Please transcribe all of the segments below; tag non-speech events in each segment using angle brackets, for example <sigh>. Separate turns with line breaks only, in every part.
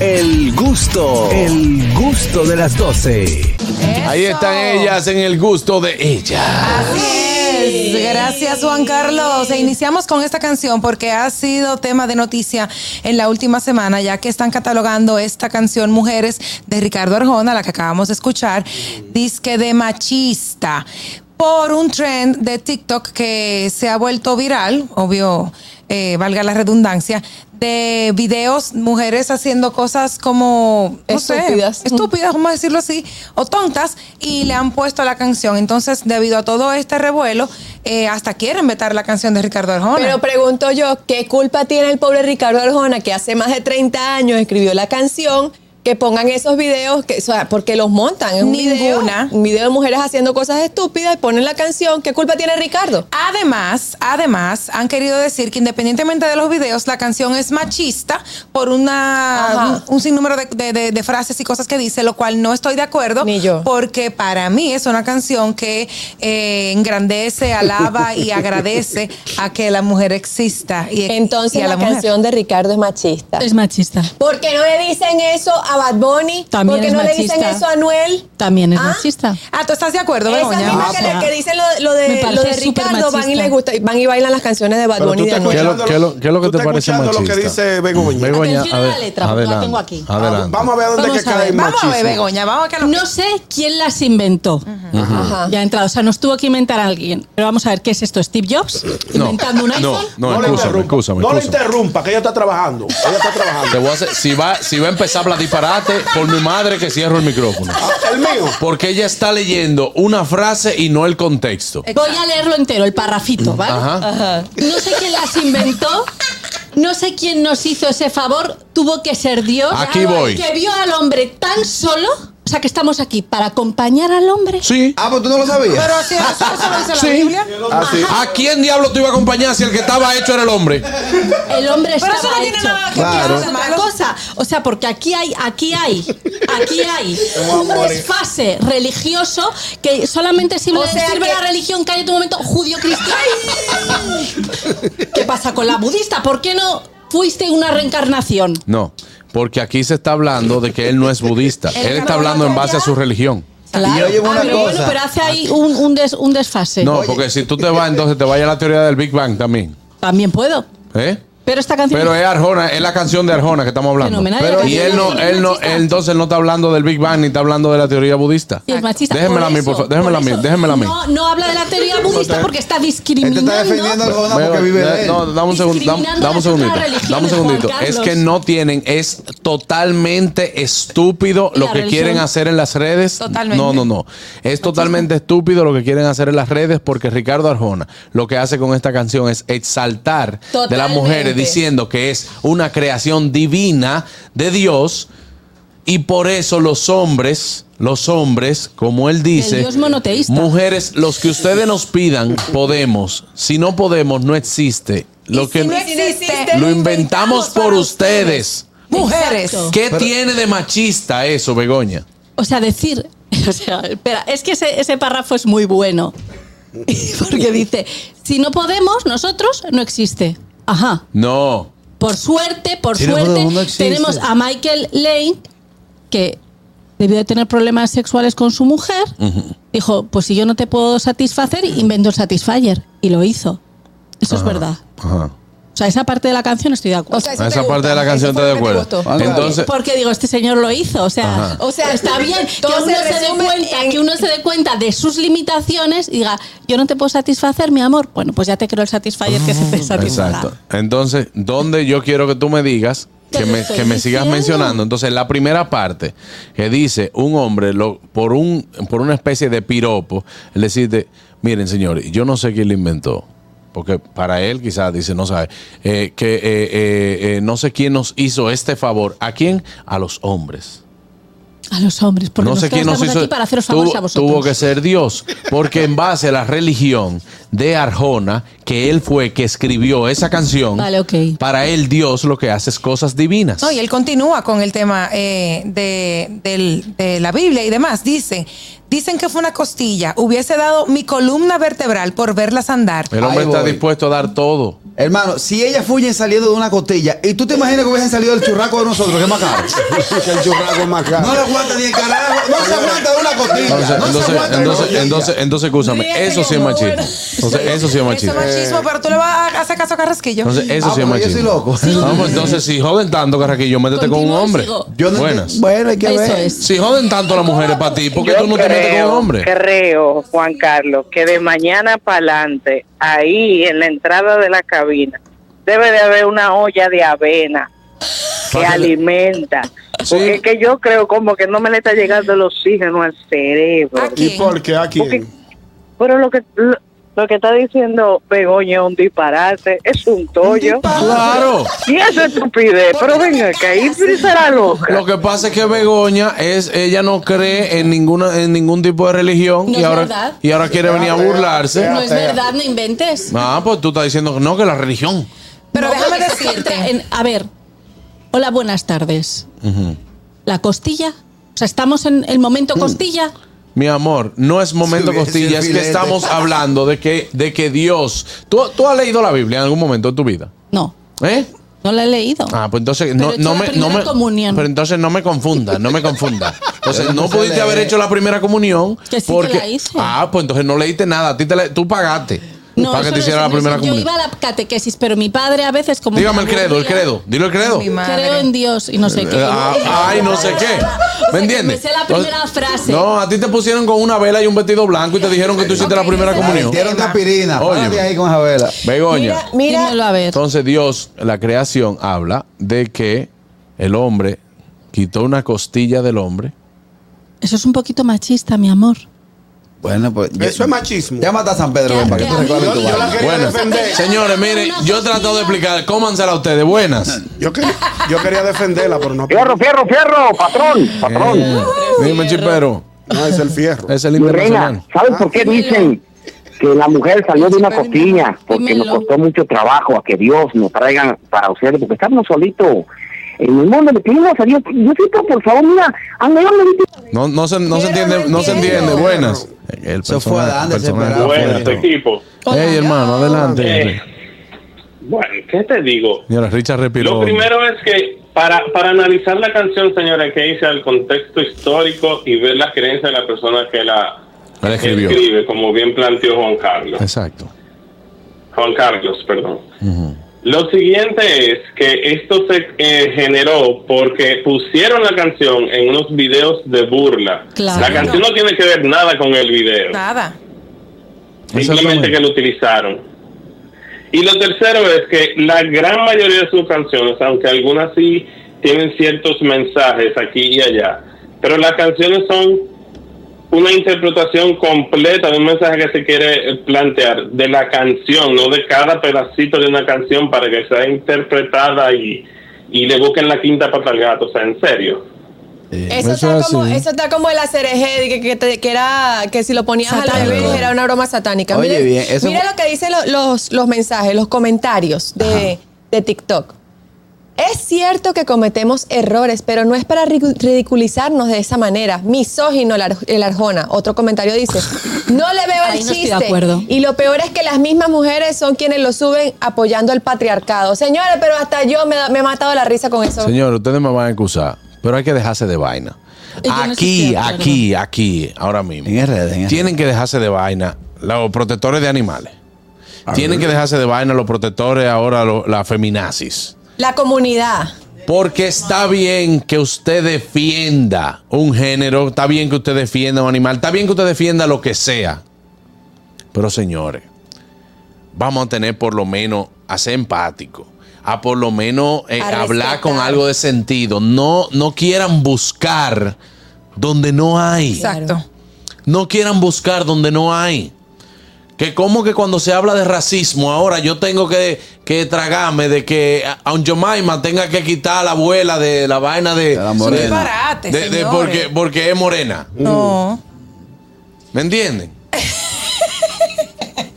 El gusto, el gusto de las 12.
Ahí están ellas en el gusto de ella.
Así es. Gracias, Juan Carlos. E iniciamos con esta canción porque ha sido tema de noticia en la última semana, ya que están catalogando esta canción Mujeres de Ricardo Arjona, la que acabamos de escuchar, disque de machista, por un trend de TikTok que se ha vuelto viral, obvio, eh, valga la redundancia, de videos, mujeres haciendo cosas como no sé,
Estúpidas.
estúpidas, vamos a decirlo así, o tontas, y le han puesto la canción. Entonces, debido a todo este revuelo, eh, hasta quieren vetar la canción de Ricardo Arjona.
Pero pregunto yo, ¿qué culpa tiene el pobre Ricardo Arjona que hace más de 30 años escribió la canción? Que pongan esos videos, que, o sea, porque los montan. Es un video-
Ninguna.
un video de mujeres haciendo cosas estúpidas y ponen la canción. ¿Qué culpa tiene Ricardo?
Además, además, han querido decir que independientemente de los videos, la canción es machista por una
Ajá.
un, un sinnúmero de, de- de- de frases y cosas que dice, lo cual no estoy de acuerdo.
Ni yo.
Porque para mí es una canción que eh, engrandece, alaba
<laughs>
y agradece a que la mujer exista. Y,
Entonces
y a
la,
mujer.
canción de Ricardo es machista.
Es machista.
¿Por qué no le dicen eso a Bad Bunny?
También
¿Por qué
es
no le
machista.
dicen eso a Noel?
También es
Ah.
machista.
Ah, ¿tú estás de acuerdo,
Esa
Begoña?
misma
Ah,
que,
o
le-
sea,
que dicen lo, lo
me
de, lo
parece
de
súper
Ricardo, van y,
machista.
les gusta, y van y bailan las canciones de Bad
Pero
Bunny
tú
y de
estás
Anuel.
¿Qué es lo,
escuchando
qué es lo- qué es lo que
tú
te
estás
parece
escuchando
machista?
lo que dice Begoña.
Atención a la letra, porque la
adelante,
tengo aquí.
adelante.
Vamos a ver dónde
Vamos
que
a
cae
ver,
el
Vamos a ver,
machismo.
Begoña, vamos a que lo-
No sé quién las inventó.
Ajá.
Ya ha entrado, o sea, nos tuvo que inventar alguien. Pero vamos a ver, ¿qué es esto? ¿Steve Jobs?
No,
¿Inventando un
no,
iPhone?
no,
le
escúchame,
interrumpa,
escúchame,
no le
escúchame.
interrumpa, que ella está trabajando. Ella está
Te
trabajando.
voy a hacer- si, va, si va a empezar a hablar disparate, por mi madre que cierro el micrófono.
Ah, el mío.
Porque ella está leyendo una frase y no el contexto.
Voy a leerlo entero, el parrafito, ¿vale?
Ajá.
No sé quién las inventó. No sé quién nos hizo ese favor. Tuvo que ser Dios.
Aquí
Claro,
voy.
Que vio al hombre tan solo. O sea, que estamos aquí para acompañar al hombre.
Sí.
Ah, pues tú no lo sabías.
Pero si eso, eso lo dice
Sí.
la Biblia.
Ah, sí.
¿A quién diablo te iba a acompañar si el que estaba hecho era el hombre?
El hombre
Pero
estaba
eso no tiene
hecho.
nada que
Claro.
ver
Es
con
otra cosa. O sea, porque aquí hay, aquí hay, aquí
<laughs>
hay un desfase religioso que solamente sirve,
O sea
sirve
que-
la religión que hay en tu momento judío-cristiana. ¿Qué pasa con la budista? ¿Por qué no fuiste una reencarnación?
No. Porque aquí se está hablando de que él no es budista. Él está hablando en base a su religión.
Y oye, una
Ah, pero bueno,
cosa.
pero hace ahí un, un des- un desfase.
Ah, No, porque si tú te vas, entonces te vaya la teoría del Big Bang también.
También puedo.
¿Eh?
Pero esta canción.
Pero es Arjona, es la canción de Arjona que estamos hablando.
Fenomenal,
Pero-
la
y él no,
canción de
él no,
machista.
él entonces no está hablando del Big Bang ni está hablando de la teoría budista.
y es machista.
Déjemela a mí,
eso,
por favor, déjemela a mí,
eso
déjemela a mí. Este
No, no habla de la teoría budista porque está
Él te
discriminando.
está defendiendo al Jona porque
Veo-
vive
da-
de él.
no, dame un segundo, dame,
Discriminando
dame un
las otras
segundito, dame un
religiones,
segundito.
Juan
Es
Carlos.
que no tienen, es totalmente estúpido
Y
lo
la
que
religión.
quieren hacer en las redes.
Totalmente.
No, no, no. Es totalmente estúpido lo que quieren hacer en las redes porque Ricardo Arjona lo que hace con esta canción es exaltar de las
Totalmente.
mujeres diciendo que es una creación divina de Dios y por eso los hombres, los hombres, como él dice,
El Dios monoteísta.
mujeres, los que ustedes nos pidan, podemos. Si no podemos, no existe. Lo que
si no existe,
lo inventamos por ustedes.
Mujeres.
Exacto.
¿Qué tiene de machista eso, Begoña?
O sea, decir. <laughs> O sea, espera, es que ese, ese párrafo es muy bueno. <laughs> Porque dice: si no podemos, nosotros no existe. Ajá.
No.
Por suerte, por
Si no
suerte,
podemos, no existe.
tenemos a Michael Lane, que debió de tener problemas sexuales con su mujer. Dijo: Pues si yo no te puedo satisfacer, invento el Satisfyer. Y lo hizo. Eso es verdad.
Ajá.
O sea, esa parte de la canción estoy de acuerdo.
O sea, eso te
Esa parte
gusta,
de la
eso
canción
fue
está de
lo que te
acuerdo.
gustó.
Ah,
Entonces,
Porque digo, este señor lo hizo, o sea,
Ajá.
O sea,
está bien que
todo
uno
se
se, dé
resume
cuenta,
en-
que uno se dé cuenta de sus limitaciones y diga, yo no te puedo satisfacer, mi amor. Bueno, pues ya te creo el satisfayer que se te satisfará.
Mm, Exacto. Entonces, ¿dónde yo quiero que tú me digas?
Te
Que
lo
me,
estoy
que me sigas
diciendo.
mencionando. Entonces, la primera parte que dice un hombre lo- por, un, por una especie de piropo, él decirte, miren señores, yo no sé quién lo inventó, porque para él quizás dice, no sabe, eh, que eh, eh, eh, no sé quién nos hizo este favor. ¿A quién? A los hombres.
A los hombres, porque
no sé
nosotros
quién nos
estamos
hizo.
aquí para haceros favores
tuvo,
a vosotros.
tuvo que ser Dios, porque en base a la religión de Arjona, que él fue que escribió esa canción,
Vale, ok.
para él Dios lo que hace es cosas divinas.
No, y él continúa con el tema eh, de, del- de la Biblia y demás. Dicen, dicen que fue una costilla. Hubiese dado mi columna vertebral por verlas andar.
el hombre
Ahí
está
voy.
dispuesto a dar todo.
Hermano, si ellas fuyen saliendo de una costilla y tú te imaginas que hubiesen salido del churraco de nosotros, que es más caro.
Que <laughs> el churraco es más caro.
No le aguanta ni el carajo, no se aguanta de una costilla.
Entonces,
no se
entonces,
aguanta de una
entonces,
costilla.
entonces, entonces, escúchame,
Ríete
eso sí es
como
machismo.
bueno.
Entonces, eso sí es
Eso es
machismo.
machismo, pero tú le vas a hacer caso a Carrasquillo.
Entonces, eso
Ah,
sí es
pero yo soy
machismo.
loco. Sí.
Ah, pues, entonces, si joden tanto, Carraquillo, métete con un
Continúo,
hombre.
sigo.
Yo no-
Buenas.
Bueno, hay que ver.
Eso es.
Si joden tanto las mujeres para ti, ¿por qué
Yo
tú no te metes con un hombre?
Creo, Juan Carlos, que de mañana para adelante, ahí en la entrada de la cabina, debe de haber una olla de avena que
Para que-
alimenta. Porque es que yo creo como que no me le está llegando el oxígeno al cerebro.
¿A
¿Y
quién?
por qué aquí?
Porque- pero lo que lo, lo que está diciendo Begoña es un disparate, es un tollo.
Claro.
Y esa estupidez, pero venga, que ahí será loca.
Lo que pasa es que Begoña es, ella no cree en ninguna, en ningún tipo de religión
No
y
es
ahora
verdad.
y ahora quiere venir a burlarse.
No es verdad, no inventes.
Ah, pues tú estás diciendo que no, que la religión.
Pero
No,
déjame
porque esa gente
decirte.
en- a ver, hola, buenas tardes. La costilla, o sea, estamos en el
Mm.
momento costilla.
Mi amor, no es momento
Sí, sí,
costilla, es que
filete.
estamos hablando de que, de que Dios. ¿tú, tú has leído la Biblia en algún momento de tu vida,
No,
¿eh?
no la he leído.
Ah, pues entonces no,
he hecho
no
la
me, no
primera
me-
comunión.
pero entonces no me confunda, no me confunda.
<laughs>
Entonces no
empecé a
pudiste
leer.
haber hecho la primera comunión
Que sí que
porque
la hice.
ah, pues entonces no leíste nada, a ti te le- tú pagaste
No,
para que
eso
te hiciera
no es-
la
no es-
primera
Yo
comunión.
iba a la catequesis, pero mi padre a veces como...
Dígame el
me
credo, el
aburría,
credo, dilo el credo.
Mi madre.
Creo en Dios y no sé qué.
Eh, ah, ay, no sé qué.
<laughs> O
¿Me
sea, que
entiendes?
me sé la primera frase.
No, a ti te pusieron con una vela y un vestido blanco y te dijeron que tú hiciste
Ok,
la primera
ese es el
comunión.
Metieron aspirina.
Oye.
Párate ahí con esa vela.
Begoña.
Mira, mira,
Dímelo a ver.
Entonces Dios, la creación, habla de que el hombre quitó una costilla del hombre.
Eso es un poquito machista, mi amor.
Bueno, pues.
Eso es machismo.
Llámate a San Pedro, ven, para que
que
tú
a mí-
recuerdes tu
Yo- yo la
vaina.
quería
Bueno,
defender.
señores, miren,
Una
yo he tratado de
costilla.
explicar. Cómansela a ustedes. Buenas.
Yo, que- yo quería defenderla, pero no.
Fierro, fierro, fierro, patrón, patrón.
Eh, dime, chipero.
No, es el fierro.
Es el
Reina,
internacional.
Pues ¿sabes por qué dicen que la mujer salió de una costilla? Porque nos
Dímelo.
costó mucho trabajo a que Dios nos traigan para ustedes, porque estamos solitos. En el mundo metido, salió. Yo siento, por favor, mira, anda, yo me
No, no, se, no se entiende, no se entiende. Buenas. El
Se fue
personaje,
Adán,
personaje.
desesperado. Buenas,
Ey,
equipo.
hermano, adelante.
Eh, Bueno, ¿qué te digo?
Señora, Richard respiró.
Lo primero es que para, para analizar la canción, señora, que dice al contexto histórico y ver las creencias de la persona que la
La escribió.
escribe, como bien planteó Juan Carlos.
Exacto.
Juan Carlos, perdón. Lo siguiente es que esto se eh, generó porque pusieron la canción en unos videos de burla.
Claro.
La canción no tiene que ver nada con el video.
Nada.
Simplemente que lo utilizaron. Y lo tercero es que la gran mayoría de sus canciones, aunque algunas sí tienen ciertos mensajes aquí y allá, pero las canciones son una interpretación completa de un mensaje que se quiere eh, plantear de la canción, no de cada pedacito de una canción para que sea interpretada y, y le busquen la quinta pata al gato, o sea, en serio.
Eso,
Eso
está
es
como,
así.
eso está como el acereje, que, que, te- que era que si lo ponías a la
Satánico.
bebé era una broma satánica.
Oye,
mira
bien, eso-
mira lo que dicen lo- los, los mensajes, los comentarios de, de TikTok. Es cierto que cometemos errores, pero no es para ridicu- ridiculizarnos de esa manera. Misógino el, Ar- el Arjona. Otro comentario dice, no le veo el
Ahí no estoy de
chiste.
acuerdo.
Y lo peor es que las mismas mujeres son quienes lo suben apoyando el patriarcado. Señores, pero hasta yo me, da- me he matado la risa con eso.
Señor, ustedes me van a excusar, pero hay que dejarse de vaina.
Yo no estoy
Aquí,
de acuerdo.
aquí, aquí, ahora mismo.
En redes, en redes.
Tienen que dejarse de vaina los protectores de animales. Tienen que dejarse de vaina los protectores ahora, lo- la feminazis.
La comunidad.
Porque está bien que usted defienda un género, está bien que usted defienda un animal, está bien que usted defienda lo que sea. Pero señores, vamos a tener por lo menos a ser empático, a por lo menos eh,
A
hablar
respetar.
con algo de sentido. No, no quieran buscar donde no hay.
Exacto.
No quieran buscar donde no hay. Que como que cuando se habla de racismo, ahora yo tengo que, que tragarme de que a- a un Jemima tenga que quitar a la abuela de la vaina de...
De la
Es un
morena.
disparate,
de- de-
señores.
porque, porque es morena.
No.
¿Me
<laughs>
entienden?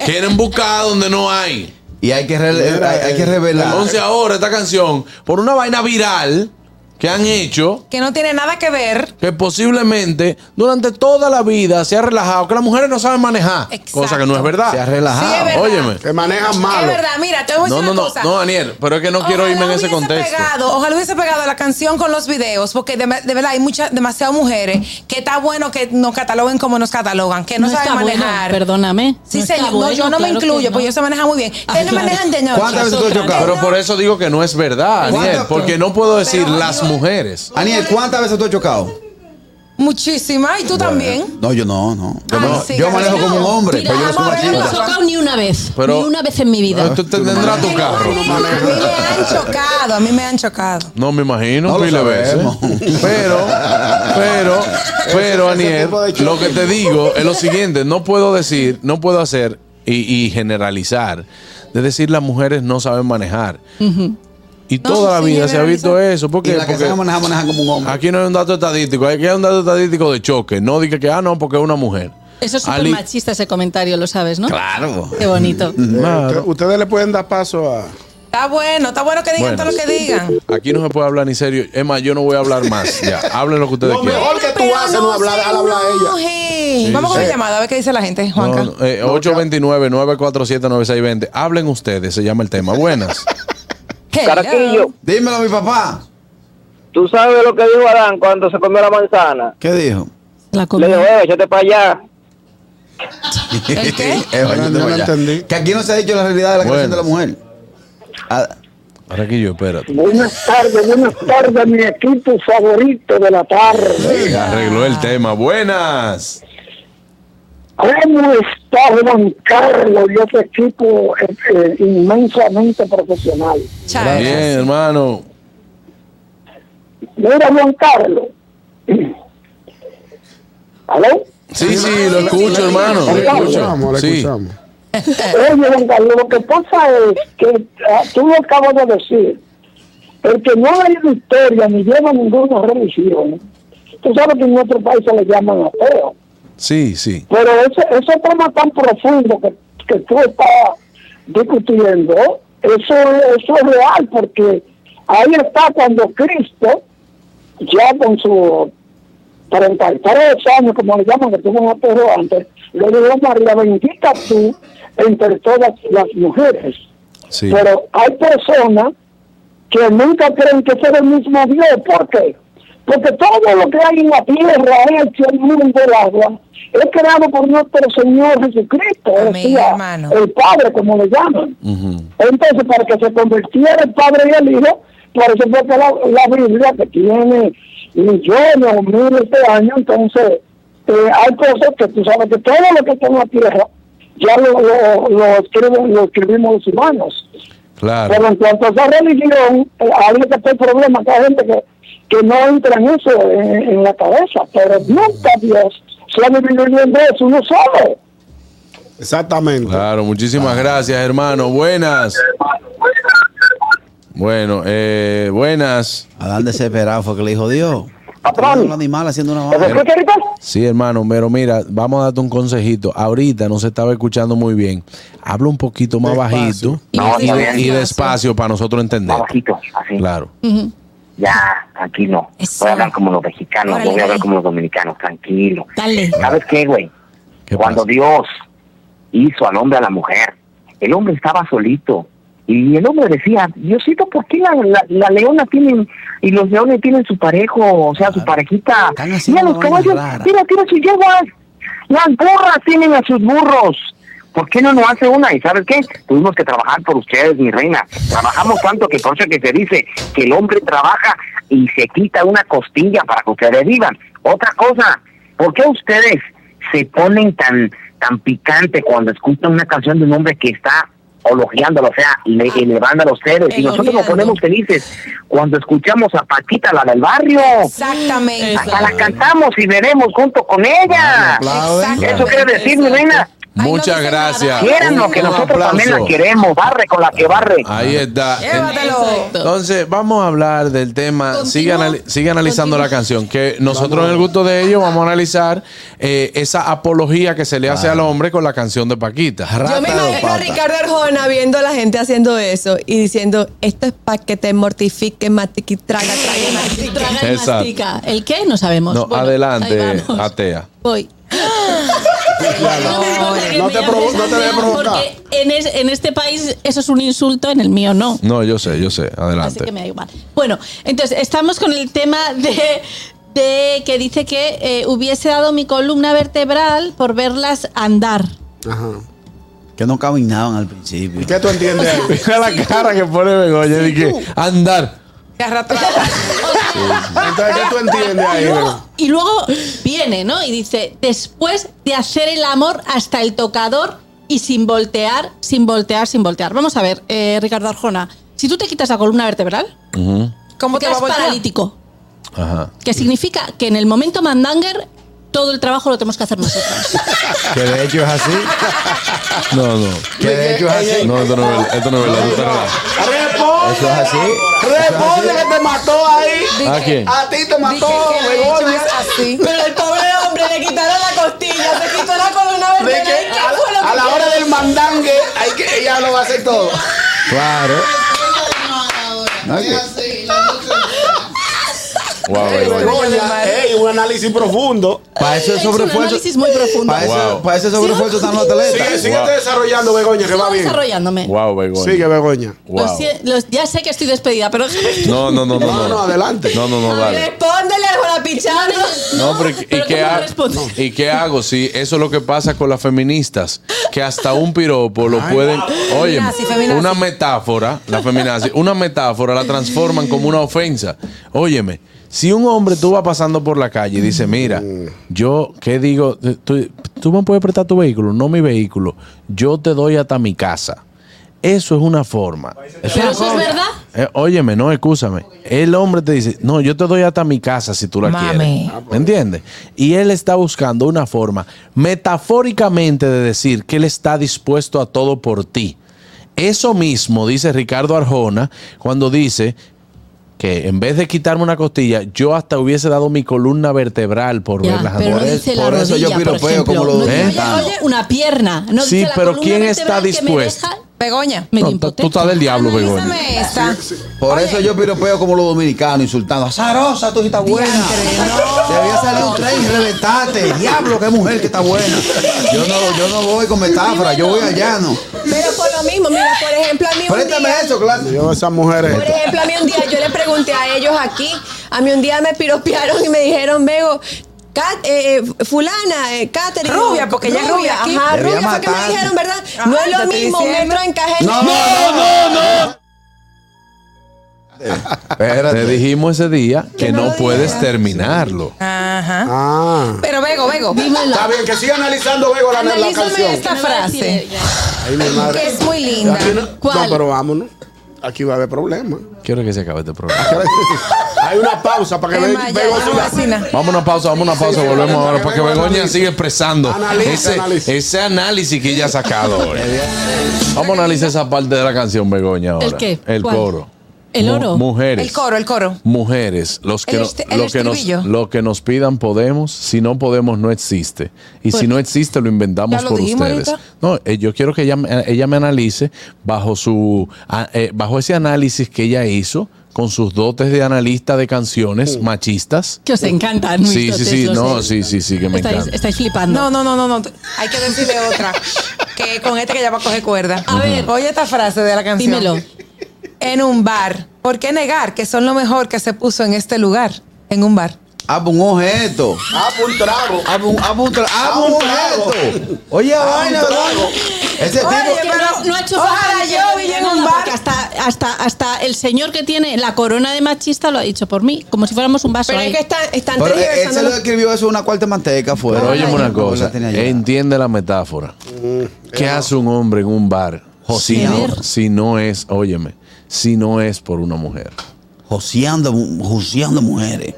Quieren buscar donde no hay.
eh,
Y hay que, re- hay, hay que revelar.
Entonces ahora esta canción, por una vaina viral, que han hecho
Que no tiene nada que ver.
que posiblemente durante toda la vida se ha relajado, que las mujeres no saben manejar,
Exacto.
cosa que no es verdad.
Se ha
relajado. Sí, es verdad.
Óyeme.
Que manejan malo.
Es verdad, mira, te voy a
No,
decir
no,
una
no,
cosa.
no, Daniel, pero es que no quiero
Ojalá
irme en ese
hubiese
contexto.
pegado- ojalá hubiese pegado la canción con los videos, porque de, de verdad hay muchas, demasiadas mujeres que está bueno que nos cataloguen como nos catalogan, que no, saben
está bueno,
manejar.
perdóname.
Sí,
está
señor, no,
bueno,
yo no me
claro que
incluyo,
no.
pues yo se maneja muy bien. Ustedes
Ah,
no
claro.
manejan de noche.
¿Cuántas veces tú has chocado?
Pero por eso digo que no es verdad, Daniel,
¿Cuánto?
porque no puedo decir las mujeres.
Aniel, ¿cuántas veces tú has chocado?
Muchísimas, y tú también.
No, yo no, no. Yo,
Ah,
no-
sí,
yo
que
manejo
no.
como un hombre.
Mira,
pues
pero yo no soy
amor,
una
yo no he
chica.
chocado ni una vez.
Pero- Ah,
ni una vez en mi vida.
Tú te- tendrás tu carro.
A mí me han chocado, a mí me han chocado.
No me imagino,
No lo
pile veces.
sabemos.
Pero,
<laughs>
pero, pero,
ese
Aniel,
tipo de choque.
lo que te digo es lo siguiente: no puedo decir, no puedo hacer y, y generalizar de decir las mujeres no saben manejar. Y
No,
toda la
sí,
vida se ha visto eso. ¿Por
Y
qué?
la que
Porque
se maneja, maneja como un hombre.
aquí no hay un dato estadístico, aquí hay un dato estadístico de choque. No diga que, ah, no, porque es una mujer.
Eso es súper
Ali-
machista ese comentario, lo sabes, ¿no?
Claro.
Qué bonito.
Claro.
Eh, Usted- Ustedes le pueden dar paso a.
Está bueno, está bueno que digan
Bueno.
todo lo que digan.
Aquí no se puede hablar ni serio. Es más, yo no voy a hablar más. Ya, hablen lo que ustedes
Lo
quieran.
mejor que tú
Pero
haces no hablar,
se
al hablar a ella.
enoje. Vamos con
sí.
la llamada, a ver qué dice la gente, Juanca.
No, no, eh, 829-947-9620. Hablen ustedes, se llama el tema. Buenas.
Hello.
Caraquillo,
Dímelo a mi papá.
tú sabes lo que dijo Adán cuando se comió la manzana.
¿Qué dijo?
La
Le
comida.
dijo, eh, échate para allá.
¿El <laughs>
qué?
No, no entendí.
Que aquí no se ha dicho la realidad de la creación
Bueno.
de la mujer. Ah,
Ahora que yo, espérate.
Buenas tardes, buenas tardes, mi equipo favorito de la tarde.
Arregló el tema. Buenas.
¿Cómo está Juan Carlos y ese equipo eh, eh, inmensamente profesional?
Chao.
Bien, hermano.
Mira, Juan Carlos. ¿Aló?
Sí, sí, lo escucho, hermano. Lo
Le
escucho.
Escuchamos, le
Sí.
escuchamos.
Oye, Juan Carlos, lo que pasa es que ah, tú lo acabas de decir. El que no ha leído historia ni lleva ninguna religión, tú sabes que en nuestro país se le llaman ateo.
Sí, sí.
Pero ese, ese tema tan profundo que, que tú estás discutiendo, eso, eso es real, porque ahí está cuando Cristo, ya con sus 33 años, como le llaman, que tuvo un apego antes, le dijo a María, bendita tú entre todas las mujeres.
Sí.
Pero hay personas que nunca creen que ser el mismo Dios. ¿Por qué? Porque todo lo que hay en la tierra, hecho el mundo, el agua, es creado por nuestro Señor Jesucristo, o
Amén,
sea,
hermano.
el Padre, como le llaman. Entonces, para que se convirtiera el Padre y el Hijo, por eso fue que la, la Biblia, que tiene millones o miles de años, entonces eh, hay cosas que tú sabes que todo lo que está en la tierra, ya lo, lo, lo escriben- lo escribimos los humanos. Pero
Claro.
en cuanto a esa religión, eh, ahí es que está el problema, que hay gente que, que no entra en eso, en, en la cabeza, pero nunca Dios se ha dividido en dos, uno solo.
Exactamente.
Claro, muchísimas gracias, hermano. Buenas. Bueno, eh, buenas.
Adán desesperado fue que le dijo Dios.
Patrón.
Un animal haciendo una
¿Eso
vaina.
escucha ahorita?
Sí, hermano, pero mira, vamos a darte un consejito. Ahorita no se estaba escuchando muy bien. Habla un poquito más
Despacio.
bajito
Y
No,
y,
está
de-
bien.
y despacio para nosotros entender.
Abajito, así.
Claro.
Ya, aquí no.
Eso.
Voy a hablar como los mexicanos,
Órale,
no voy a hablar
dale.
como los dominicanos, tranquilo.
Dale.
¿Sabes qué, güey?
¿Qué
Cuando
pasa?
Dios hizo al hombre a la mujer, el hombre estaba solito. Y el hombre decía, Diosito, ¿por qué la, la- la leona tiene, y los leones tienen su parejo, o sea, su parejita?
Están
Ah, Mira,
haciendo
los
vainas
caballos,
raras.
mira, tiene sus yeguas. Las burras tienen a sus burros. ¿Por qué no nos hace una? ¿Y sabes qué? Tuvimos que trabajar por ustedes, mi reina. Trabajamos tanto que por eso que se dice que el hombre trabaja y se quita una costilla para que ustedes vivan. Otra cosa, ¿por qué ustedes se ponen tan tan picante cuando escuchan una canción de un hombre que está elogiándolo, o sea, le- elevándolo a ustedes? Y nosotros nos
Elogiando.
ponemos felices cuando escuchamos a Paquita, la del barrio.
Exactamente.
Hasta la cantamos y veremos junto con ella.
Aplaude.
Exacto.
Eso quiere decir, mi reina,
Muchas gracias.
Quiéranlo,
Un-
que
un
nosotros también la
aplauso.
queremos. Barre con la que barre.
Ahí está.
Llévatelo.
Entonces, vamos a hablar del tema. Sigue, anali- sigue analizando la canción. Que nosotros, en el gusto de ellos, vamos a analizar eh, esa apología que se le hace al hombre con la canción de Paquita.
Yo me imagino a Ricardo Arjona viendo a la gente haciendo eso y diciendo, esto es para que te mortifique, matique, traga, traga, mastique".
Traga y
Exacto.
mastica. ¿El qué? No sabemos.
No,
Bueno, ahí
adelante,
vamos.
Atea.
Voy. No me importa que
No
me
te provo-
llames
no te
Atea,
dejes provocar.
Porque en, es- en este país eso es un insulto, en el mío no.
No, yo sé, yo sé.
Así que
Adelante.
me da igual. Bueno, entonces estamos con el tema de, de que dice que eh, hubiese dado mi columna vertebral por verlas andar.
Ajá.
Que no caminaban al principio.
¿Y qué tú entiendes? ahí?
Mira la cara que pone Begoña. dije, andar.
Te arrastraba.
Entonces, ¿qué tú entiendes ahí?
Y luego,
bro?
y luego viene, ¿no? Y dice, después de hacer el amor hasta el tocador y sin voltear, sin voltear, sin voltear. Vamos a ver, eh, Ricardo Arjona, si tú te quitas la columna vertebral,
Ujú,
¿Cómo te va a
quedas
voltear?
paralítico.
Ajá.
Que significa que en el momento mandanger todo el trabajo lo tenemos que hacer nosotros.
Que de hecho es así.
No, no.
Que de hecho es así.
No, esto no es verdad, esto no es verdad, tú te relajas.
Eso es así.
Responde que te mató ahí.
¿A quién?
A ti te
Dije
mató,
que de hecho
Begoña.
es así.
Pero el pobre hombre le quitaron la costilla, se quitó la columna
De que
vertebral. ¿Qué
a,
fue lo
la- a
que
la hora del mandangue, hay que, ella lo va a hacer todo.
Claro. No, que-
Wow, Begoña.
Begoña, ey, un análisis profundo.
Para eso es
un
sobreesfuerzo.
análisis muy profundo.
Para eso,
Wow.
para ese sobreesfuerzo están los
Sigue,
atletas.
sigue
Wow.
desarrollando, Begoña, que
Sigo
va bien.
desarrollándome.
Wow, Begoña.
Sigue, Begoña.
Lo
Wow.
sie- lo- ya sé que estoy despedida, pero...
No, no, no, no.
No, no, adelante.
No, no, no,
<laughs>
dale.
Respóndele al Jolapichano.
No, pero, ¿y,
pero
qué
¿cómo
ha-
respondo?
¿y qué hago? Si eso es lo que pasa con las feministas, que hasta un piropo lo pueden. Oye,
Feminazi, feminazi.
una metáfora, la feminazi, una metáfora la transforman como una ofensa. Óyeme, si un hombre tú vas pasando por la calle y dice, mira, yo, ¿qué digo? Tú, tú me puedes prestar tu vehículo, no mi vehículo. Yo te doy hasta mi casa. Eso es una forma. Eso
Pero eso es verdad.
eh, óyeme, no, escúchame. El hombre te dice, no, yo te doy hasta mi casa si tú la
Mami.
Ah, pues.
quieres. ¿Me entiendes? Y él está buscando una forma metafóricamente de decir que él está dispuesto a todo por ti. Eso mismo dice Ricardo Arjona cuando dice que en vez de quitarme una costilla, yo hasta hubiese dado mi columna vertebral por
Ya,
verlas
pero
andar.
no
es-
dice la
por eso yo
rodilla, por
piropeo como
ejemplo.
lo
No dice,
¿Eh?
oye, oye, una pierna. No
Sí,
dice la
pero
columna
¿quién está
vertebral que me
dispuesto?
deja
Begoña.
medio
No, tú- tú
impotente.
estás del diablo, Begoña.
Analízame esta.
Por eso yo piropeo como los dominicanos, insultando. ¡Azarosa, tú sí estás buena! Te había salido un tren y reventarte. ¡Diablo, qué mujer que está buena! Yo no, yo no voy con metáfora, yo voy al llano.
Pero por lo mismo, mira, por ejemplo, a mí un
Préstame
día...
eso, claro.
Yo, esas
Por
mujeres.
ejemplo, a mí un día yo le pregunté a ellos aquí, a mí un día me piropearon y me dijeron, Bego, Cat- eh, eh, fulana, eh, Catherine.
Rubia, porque ella es rubia aquí.
Ajá,
Debía
rubia, fue que me
matar.
dijeron, ¿verdad?
Ajá,
no es
te
lo
estoy
mismo un
diciendo.
metro en cajete.
No, no, no,
Te dijimos ese día que no puedes terminarlo.
Ajá.
Ah.
Pero Bego, Bego.
Está bien, que siga analizando, Bego, la, la
Analízame
canción.
esta frase,
Ay, mi madre.
que es muy linda.
Aquí no,
¿Cuál?
no, pero vámonos. Aquí va a haber problemas.
Quiero que se acabe este programa.
<laughs> Hay una pausa para que
Es
ve-
más, ya,
Bego
ya
siga.
no vacina.
Vamos a una pausa, vamos a una pausa,
sí,
volvemos
para
ahora
que
para que
Begoña
Begoña
analice.
siga expresando
Analice,
ese,
analice.
ese análisis que ella ha sacado hoy. Vamos a analizar esa parte de la canción, Begoña, ahora.
¿El qué?
El
¿Cuál?
coro.
¿El
Mu-
oro?
mujeres.
El coro, el coro.
Mujeres, los que,
El
no-
este- el
lo que nos,
estribillo.
lo que nos pidan podemos, si no podemos no existe. Y si no existe lo inventamos
Pues Ya lo
por
dijimos
ustedes.
ahorita.
No, eh, yo quiero que ella, me- ella me analice bajo, su, a- eh, bajo ese análisis que ella hizo con sus dotes de analista de canciones machistas.
Que os encantan. mis
Sí, sí,
dotes,
sí,
lo
no,
sé.
sí, sí, sí, que me
Estáis,
encanta.
estáis
No,
flipando.
no, no, no, no. Hay que decirle otra. Que con este que ya va a coger cuerda.
A ver.
Oye esta frase de la canción.
Dímelo.
En un bar. ¿Por qué negar que son lo mejor que se puso en este lugar? En un bar.
Haz un objeto.
Ah, por un trago.
Haz un, haz un, tra- haz
Haz
un
un trago.
objeto. Oye, vaina,
trago.
bro. Ese tipo.
Oye, que
pero
no, no ha hecho
ojalá
falta
yo
que me
viviera
diga
en un
nada,
bar.
porque Hasta, hasta, hasta el señor que tiene la corona de machista lo ha dicho por mí, como si fuéramos un vaso.
Pero
ahí.
es que están, están
Pero él se
tergiversando
lo
los-
escribió eso en una cuarta manteca fuera.
Pero óyeme una
No, no
cosa,
la tenía yo.
entiende la metáfora. ¿Qué hace un hombre en un bar si
Josear.
no, si no es, óyeme, si no es por una mujer?
Joseando, mu- joseando mujeres.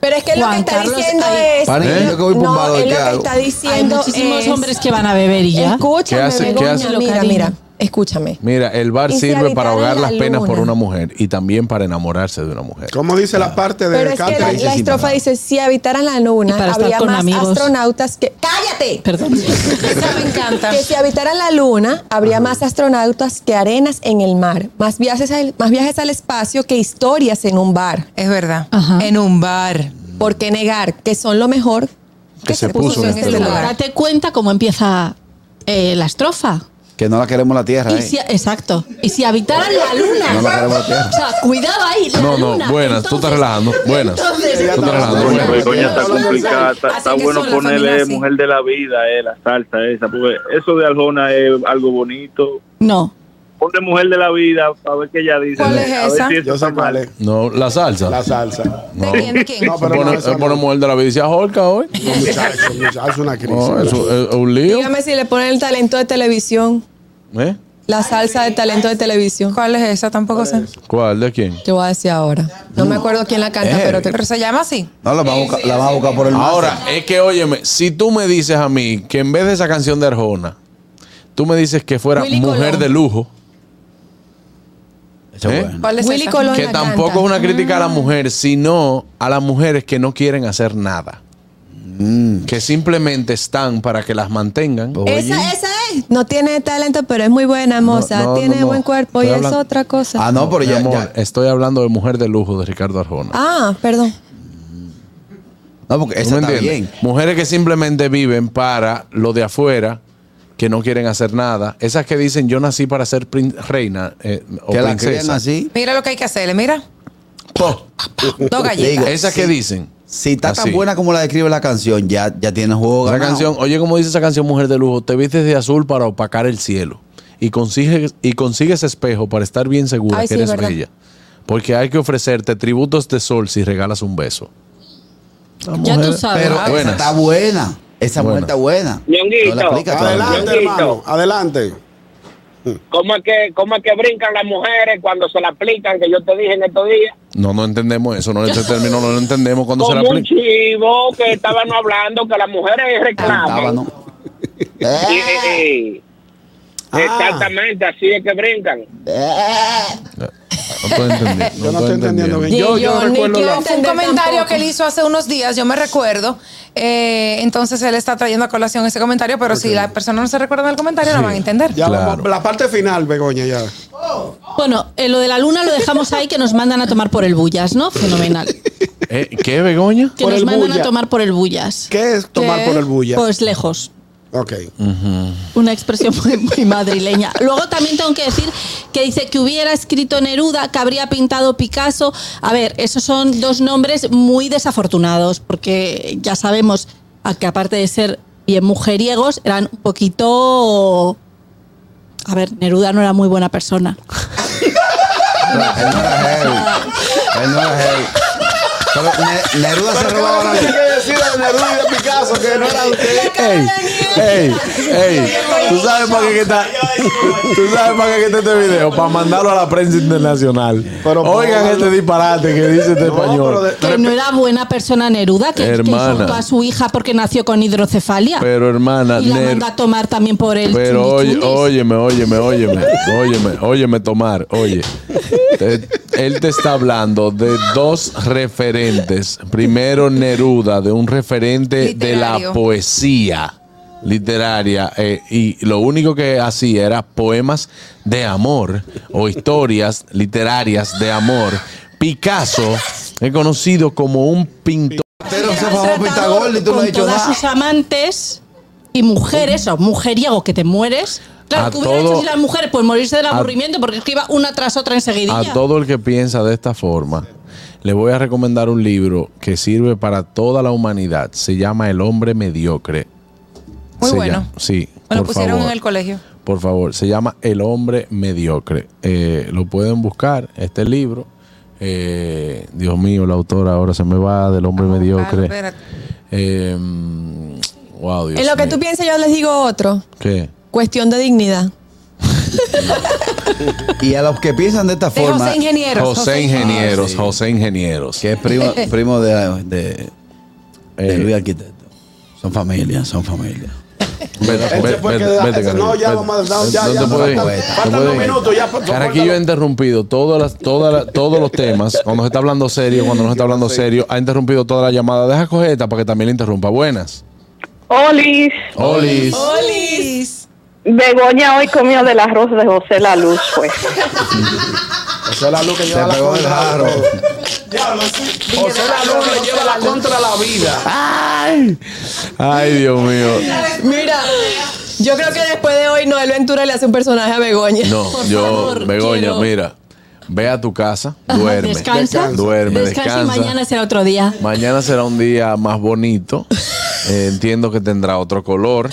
Pero es que lo
Juan
que está
Carlos,
diciendo
ahí-
es.
Pare, yo que voy
no,
tumbado,
es
¿qué
lo que
hago?
está eh, diciendo.
Hay muchísimos
es-
hombres que van a beber y ya.
Escúchame,
¿Qué hace- qué
Begoña,
hace?
mira,
Cariño.
mira, escúchame.
Mira, el bar
Y se
sirve para
habitaron
ahogar
la
las penas por
luna.
una mujer y también para enamorarse de una mujer.
¿Cómo dice la parte
Pero
de
es que la,
Catherine?
la estrofa dice, si habitaran la luna,
Y para estar
habría
con
más
amigos.
astronautas que... ¡Cállate!
Perdón.
Esa me encanta.
Que si habitaran la luna, habría más astronautas que arenas en el mar, más viajes al, más viajes al espacio que historias en un bar.
Es verdad.
Ajá.
En un bar.
¿Por qué negar que son lo mejor?
Que se puso en este
Pero
lugar.
date cuenta cómo empieza eh, la estrofa.
Que no la queremos la tierra,
Y
¿eh?
si- exacto. Y si habitaran la luna.
No la queremos la
O
tierra.
sea, cuidado ahí. La
No, no,
luna.
buenas, tú estás relajando, buenas.
Entonces,
Tú estás relajando.
Bueno,
Bueno,
bueno,
Begoña
bueno.
está complicada. Está,
Así
está
que
bueno
son las
ponerle
familias, sí.
Eh, mujer de la vida, eh, la salsa esa, porque eso de Aljona es algo bonito.
no.
Ponle mujer de la vida, a ver qué ella dice.
¿Cuál es
a ver
esa?
si eso
Yo sé
está
cuál
mal.
es.
No, la salsa.
La salsa.
no.
¿De quién? ¿De quién?
No,
Se
pero no,
pone,
esa
se pone
no.
mujer de la vida y dice, "Ajorca hoy.
No, muchacho, muchacho, es una crisis.
No, eso es un lío.
Dígame si le ponen el talento de televisión,
¿Eh?
la salsa de talento de televisión.
¿Cuál es esa? Tampoco sé.
¿Cuál? ¿De quién?
Te voy a decir ahora. No me acuerdo quién la canta,
Eh.
pero te...
Pero se llama así.
No, la vamos a buscar, la vamos a buscar por el mar.
Ahora, es que óyeme, si tú me dices a mí que en vez de esa canción de Arjona, tú me dices que fuera
Willy
mujer
Colón.
de lujo,
Eso es
¿Eh?
bueno.
¿Cuál es
Willy
esa?
Colón
que
la
tampoco
canta. Mm.
es una crítica a la mujer, sino a las mujeres que no quieren hacer nada.
Mm.
Que simplemente están para que las mantengan.
Esa, esa es. No tiene talento, pero es muy buena, moza.
no, no,
tiene
no.
buen cuerpo
Estoy
y
hablando-
es otra cosa.
Ah,
Ah,
no, pero
Mi
ya,
amor,
ya.
estoy hablando de Mujer de Lujo de Ricardo Arjona.
Ah, perdón.
No, porque
¿Tú
esa
me
está
entiendes?
bien.
Mujeres que simplemente viven para lo de afuera, que no quieren hacer nada. Esas que dicen yo nací para ser prin- reina eh, o
Que la crían
princesa.
así.
Mira lo que hay que hacerle, mira.
Po. <laughs>
Dos galletas.
Digo,
Esas que
sí.
dicen.
Si está tan
Así.
buena como la describe la canción, ya, ya tiene juego
Esa
ganado.
canción, oye, como dice esa canción Mujer de Lujo, te vistes de azul para opacar el cielo y consigues, y consigues espejo para estar bien segura
Ay,
que
sí,
eres
verdad.
bella. Porque hay que ofrecerte tributos de sol si regalas un beso. La
Ya
mujer-
tú sabes.
Pero esa
Buenas.
está buena. Esa
ah, Buena.
mujer está buena.
Ñonguito,
No la explica todavía.
Adelante,
Ñonguito.
hermano. Adelante.
¿Cómo es, que, ¿Cómo es que brincan las mujeres cuando se la aplican? Que yo te dije en estos días.
No, no entendemos eso. No, ese término no lo entendemos cuando se
Como
le
un
aplica.
chivo que estaban hablando que las mujeres
Cantaba,
reclaman.
¿no?
Y- y- y-
Ah.
Exactamente, así es que brincan.
No estoy entendiendo.
<laughs> Yo no estoy entendiendo bien. Yo, yo
Ni
recuerdo
quiero
la.
Fue un
entender
comentario
tampoco.
que él hizo hace unos días, yo me recuerdo. Eh, entonces él está trayendo a colación ese comentario, pero si la persona no se recuerda del comentario, no van a entender.
Ah, Ya
Claro.
vamos- la parte final, Begoña, ya.
Bueno, eh, lo de la luna lo dejamos ahí que nos mandan a tomar por el bullas, ¿no? Fenomenal. Que
Eh, ¿Qué, Begoña?
Por
nos
el
mandan
bulla.
a tomar por el bullas.
¿Qué es tomar
¿Qué?
por el bulla?
Pues lejos.
Ok.
Una expresión muy, muy madrileña. Luego también tengo que decir que dice que hubiera escrito Neruda, que habría pintado Picasso. A ver, esos son dos nombres muy desafortunados, porque ya sabemos a que aparte de ser bien mujeriegos, eran un poquito... A ver, Neruda no era muy buena persona.
Él no era heavy. Él no era heavy. Pero Ne- Neruda se robaba la
que decir de Neruda y de Picasso que no era <laughs> usted?
¡Ey! ¡Ey! ¡Ey! ¿Tú sabes para qué que está? ¿Tú sabes para qué que está este video? Para mandarlo a la prensa internacional.
Pero,
Oigan
pero-
este disparate que dice este
pero
español.
de-
Que no era buena persona Neruda, que, que
Hermana.
insultó a su hija porque nació con hidrocefalia.
Pero hermana,
y la
Ner-
manda a tomar también por el
pero oye,
chundichundis.
óyeme, óyeme, óyeme, óyeme, óyeme tomar, oye. Te- él te está hablando de dos referentes. Primero Neruda, de un referente de la
Literario.
poesía literaria eh, y lo único que hacía era poemas de amor o historias literarias de amor. Picasso es conocido como un pintor
Pero se fue a pintar gol y tú no has
con
dicho "Ah".
todas
nada.
sus amantes y mujeres, o mujeriego que te mueres.
A
Claro, que hubiera
todo-
hecho si las mujeres, pues morirse del aburrimiento porque es que iba una tras otra enseguida.
A todo el que piensa de esta forma, le voy a recomendar un libro que sirve para toda la humanidad. Se llama El hombre mediocre.
Muy
Se
bueno.
llama- sí.
Me lo
por
pusieron
favor.
en el colegio.
Por favor, se llama El hombre mediocre. Eh, lo pueden buscar, este libro. Eh, Dios mío, la autora ahora se me va del hombre mediocre.
Ah, espérate.
Eh, mm, wow, Dios
En lo que
mío.
tú piensas, yo les digo otro.
¿Qué?
Cuestión de dignidad.
Y a los que piensan de esta
De
forma.
José Ah, Ingenieros,
José José Ingenieros, José Ingenieros.
Que es primo, primo de, de,
Eh,
de Luis Arquitecto. Son familia, son familia.
Vete,
Este
vete,
fue que
vete,
da-
vete,
ese-
Carrillo,
no, ya
vete.
vamos a- no, ya,
No
ya,
te
no,
puedes ir.
faltan-
No te
faltan
puedes
dos
ir.
minutos, ya, por-
Carraquillo ha interrumpido todas las, todas las- todos los temas. Cuando se está hablando serio, cuando no se está hablando serio, ha interrumpido toda la llamada. Deja coger esta para que también le interrumpa. Buenas.
Olis.
Olis.
¡Olis!
Begoña hoy comió del arroz de José La Luz,
<laughs>
pues.
Esa es la luz que
Se
lleva la
pegó el
contra.
jarro.
O sea, la luz que lleva la contra a la vida.
Ay. Ay, Dios mío.
Mira, yo creo que después de hoy Noel Ventura le hace un personaje a Begoña.
No,
Por
yo,
favor,
Begoña,
quiero-
mira. Ve a tu casa,
Ajá,
duerme.
descansa.
Duerme,
Descansa y
descansa.
mañana será otro día.
Mañana será un día más
<laughs>
bonito. Eh, entiendo que tendrá otro color.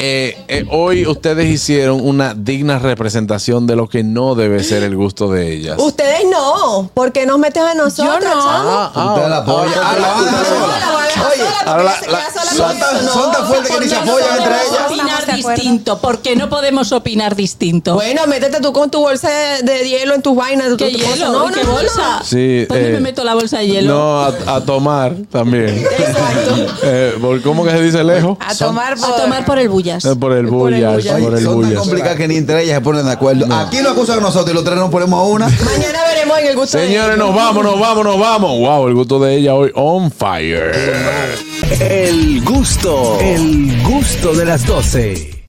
Eh, eh, hoy ustedes hicieron una digna representación de lo que no debe ser el gusto de ellas.
Ustedes no, porque nos metes a
Yo
nosotros.
no.
chamo?
Usted la apoya. Ah, la van a dejar
No, la
sola.
voy a dejar sola, porque
ahora
se
la-
queda sola
son
con eso,
tan-
no.
son tan fuertes que ni se
Porque
apoyan entre
nosotros-
ellas.
Opinar
Estamos de acuerdo.
distinto, porque no podemos opinar distinto.
Bueno, métete tú con tu bolsa de, de hielo en tus vainas. tu-
¿Qué
tu cosa.
hielo?
No,
¿Qué
no, no,
bolsa?
Sí,
¿Por qué
eh,
me meto la bolsa de hielo?
No, a, a tomar también. <laughs> Eh, ¿por- ¿Cómo que se dice lejos?
A tomar
A tomar por el bullas.
Eh, por el bullas,
Oye,
por el
son tan
bullas.
complicadas que ni entre ellas se ponen de acuerdo. Aquí lo acusan a nosotros y los tres nos ponemos a una.
no. Mañana veremos en el gusto de
Señores, nos vamos, nos vamos, nos vamos. Wow, el gusto de ella hoy on fire.
El gusto, el gusto de las 12.